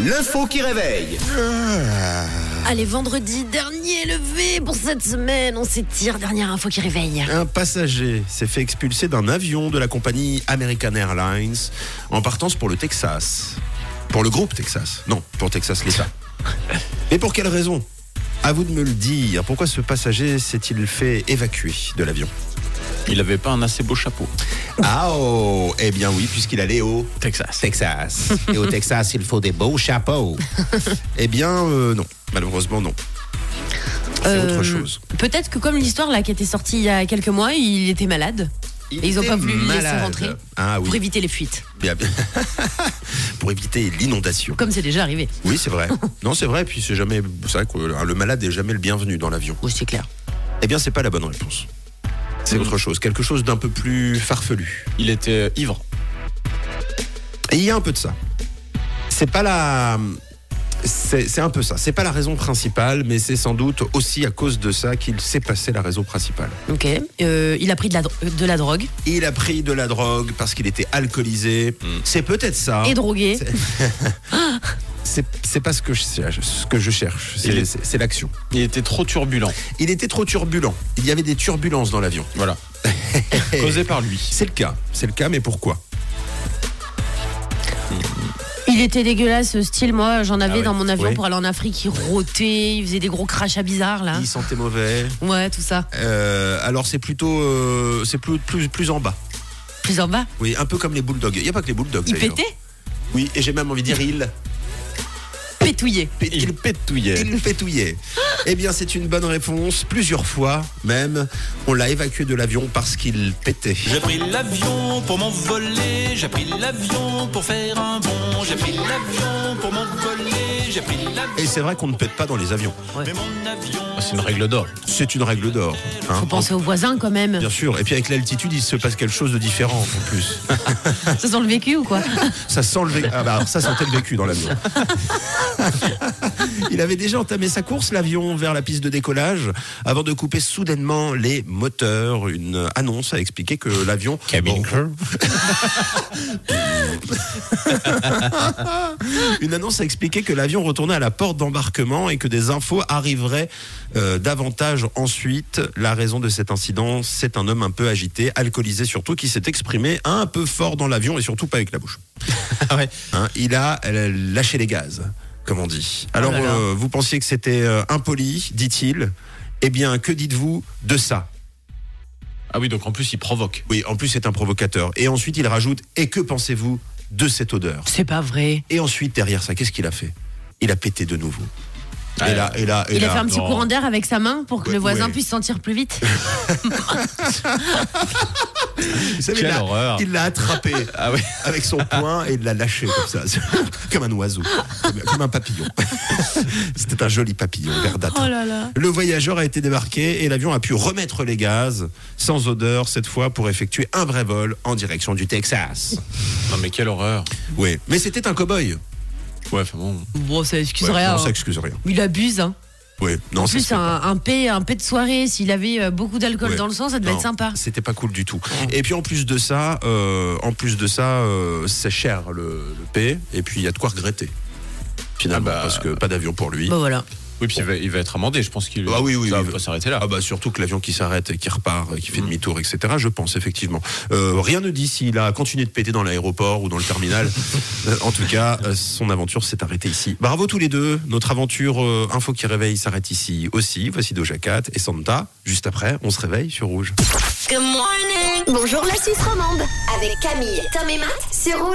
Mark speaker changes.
Speaker 1: L'info qui réveille.
Speaker 2: Allez, vendredi, dernier levé pour cette semaine. On s'étire, dernière info qui réveille.
Speaker 3: Un passager s'est fait expulser d'un avion de la compagnie American Airlines en partance pour le Texas. Pour le groupe Texas. Non, pour Texas l'État. Mais pour quelle raison À vous de me le dire. Pourquoi ce passager s'est-il fait évacuer de l'avion
Speaker 4: Il avait pas un assez beau chapeau.
Speaker 3: Ah oh Eh bien oui, puisqu'il allait au
Speaker 4: Texas.
Speaker 3: Texas. Et au Texas, il faut des beaux chapeaux. eh bien euh, non, malheureusement non. C'est
Speaker 2: Euh,
Speaker 3: autre chose.
Speaker 2: Peut-être que comme l'histoire là qui était sortie il y a quelques mois, il était malade. Et ils ont
Speaker 3: était
Speaker 2: pas voulu le laisser
Speaker 3: malade.
Speaker 2: rentrer
Speaker 3: Ah oui.
Speaker 2: pour éviter les fuites,
Speaker 3: Bien, bien. pour éviter l'inondation.
Speaker 2: comme c'est déjà arrivé.
Speaker 3: Oui, c'est vrai. Non, c'est vrai. Et puis c'est jamais. C'est vrai que euh, le malade est jamais le bienvenu dans l'avion.
Speaker 2: Oui, c'est clair.
Speaker 3: Eh bien, c'est pas la bonne réponse.
Speaker 4: Hmm.
Speaker 3: C'est autre chose, quelque chose d'un peu plus farfelu.
Speaker 4: Il était euh, ivre.
Speaker 3: Et il y a un peu de ça. C'est pas la. C'est c'est un peu ça. C'est pas la raison principale, mais c'est sans doute aussi à cause de ça qu'il s'est passé la raison principale.
Speaker 2: Ok. Euh, il a pris de la, dro- euh, de la drogue
Speaker 3: Il a pris de la drogue parce qu'il était alcoolisé.
Speaker 4: Hmm.
Speaker 3: C'est peut-être ça.
Speaker 2: et drogué.
Speaker 3: C'est c'est pas ce que je cherche. Ce que je cherche,
Speaker 4: Il
Speaker 3: c'est-
Speaker 4: est-
Speaker 3: c'est c'est l'action.
Speaker 4: Il était trop turbulent.
Speaker 3: Il était trop turbulent. Il y avait des turbulences dans l'avion.
Speaker 4: Voilà. Causé par lui.
Speaker 3: C'est le cas, c'est le cas, mais pourquoi
Speaker 2: Il était dégueulasse, euh, style moi, j'en avais
Speaker 3: ouais.
Speaker 2: dans mon avion
Speaker 3: Ah Oui.
Speaker 2: pour aller en Afrique, il rotait, il faisait des gros crachats bizarres là.
Speaker 3: Il sentait mauvais.
Speaker 2: Ouais, tout ça.
Speaker 3: Euh, alors c'est plutôt, euh, c'est plus, plus, plus en bas.
Speaker 2: Plus en bas,
Speaker 3: Oui, un peu comme les bulldogs. Il n'y a pas que les bulldogs.
Speaker 2: il
Speaker 3: d'ailleurs.
Speaker 2: pétait,
Speaker 3: Oui, et j'ai même envie de dire il,
Speaker 2: pétouillait.
Speaker 3: pé- il,
Speaker 4: Il pétouillait.
Speaker 3: il pétouillait. eh bien, c'est une bonne réponse. Plusieurs fois, même, on l'a évacué de l'avion parce qu'il pétait.
Speaker 5: J'ai pris l'avion pour m'envoler, j'ai pris l'avion pour faire un bond, j'ai pris l'avion pour m'envoler, j'ai pris l'avion,
Speaker 3: Et c'est vrai qu'on ne pète pas dans les avions.
Speaker 5: mais mon avion.
Speaker 4: C'est une règle d'or.
Speaker 3: C'est une règle d'or. hein.
Speaker 2: Faut penser aux voisins quand même.
Speaker 3: Bien sûr. Et puis avec l'altitude, il se passe quelque chose de différent en plus.
Speaker 2: Ça sent le vécu ou quoi
Speaker 3: Ça sent le vécu. Ah bah alors, ça sentait le vécu dans l'avion. Il avait déjà entamé sa course, l'avion, vers la piste de décollage, avant de couper soudainement les moteurs. Une annonce a expliqué que l'avion.
Speaker 4: Cabin crew.
Speaker 3: Une annonce a expliqué que l'avion retournait à la porte d'embarquement et que des infos arriveraient euh, davantage ensuite. La raison de cet incident, c'est un homme un peu agité, alcoolisé surtout, qui s'est exprimé un peu fort dans l'avion et surtout pas avec la bouche.
Speaker 4: Ah ouais.
Speaker 3: Hein, il a euh, lâché les gaz, comme on dit. Alors,
Speaker 2: là là.
Speaker 3: euh, vous pensiez que c'était euh, impoli, dit-il. Eh bien, que dites-vous de ça
Speaker 4: Ah oui, donc en plus, il provoque.
Speaker 3: Oui, en plus, c'est un provocateur. Et ensuite, il rajoute Et que pensez-vous de cette odeur
Speaker 2: C'est pas vrai.
Speaker 3: Et ensuite, derrière ça, qu'est-ce qu'il a fait Il a pété de nouveau.
Speaker 4: Ah,
Speaker 3: et là, et là, et
Speaker 2: Il a
Speaker 3: là.
Speaker 2: fait un petit
Speaker 4: non.
Speaker 2: courant d'air avec sa main pour que
Speaker 3: Ouais,
Speaker 2: le voisin
Speaker 3: ouais.
Speaker 2: puisse sentir plus vite.
Speaker 3: Vous savez,
Speaker 4: Quelle
Speaker 3: il l'a-
Speaker 4: horreur.
Speaker 3: Il l'a attrapé
Speaker 4: Ah oui.
Speaker 3: avec son poing et il l'a lâché comme ça, comme un oiseau, comme- comme un papillon. C'était un joli papillon verdâtre.
Speaker 2: Oh là là.
Speaker 3: Le voyageur a été débarqué et l'avion a pu remettre les gaz, sans odeur cette fois, pour effectuer un vrai vol en direction du Texas.
Speaker 4: Non mais quelle horreur.
Speaker 3: Oui, mais c'était un cow-boy.
Speaker 4: Ouais, enfin bon.
Speaker 2: Bon, ça excuse
Speaker 3: Ouais,
Speaker 2: rien.
Speaker 3: non,
Speaker 2: hein.
Speaker 3: ça excuse rien.
Speaker 2: Il abuse, hein.
Speaker 3: Oui, non,
Speaker 2: en
Speaker 3: ça se
Speaker 2: plus,
Speaker 3: fait pas.
Speaker 2: un, un P, un P de soirée, s'il avait euh, beaucoup d'alcool
Speaker 3: Ouais.
Speaker 2: dans le sang, ça devait
Speaker 3: Non,
Speaker 2: être sympa. Oh.
Speaker 3: C'était pas cool du tout. Et puis en plus de ça, euh, en plus de ça, euh, c'est cher le, le P. Et puis il y a de quoi regretter. Finalement,
Speaker 4: Ah bah.
Speaker 3: parce que pas d'avion pour lui.
Speaker 2: Bah voilà.
Speaker 4: Oui, puis il va, il va être amendé. Je pense qu'il.
Speaker 3: Ah oui, oui,
Speaker 4: ça
Speaker 3: oui.
Speaker 4: va pas s'arrêter là.
Speaker 3: Ah bah surtout que l'avion qui s'arrête et qui repart, et qui fait demi-tour, etc. Je pense effectivement. Euh, rien ne dit s'il a continué de péter dans l'aéroport ou dans le terminal. Euh, en tout cas, euh, son aventure s'est arrêtée ici. Bravo tous les deux. Notre aventure euh, Info qui réveille s'arrête ici aussi. Voici Doja Cat et Santa. Juste après, on se réveille sur Rouge.
Speaker 6: Bonjour la Suisse romande avec Camille, Tom et Matt, c'est rouge.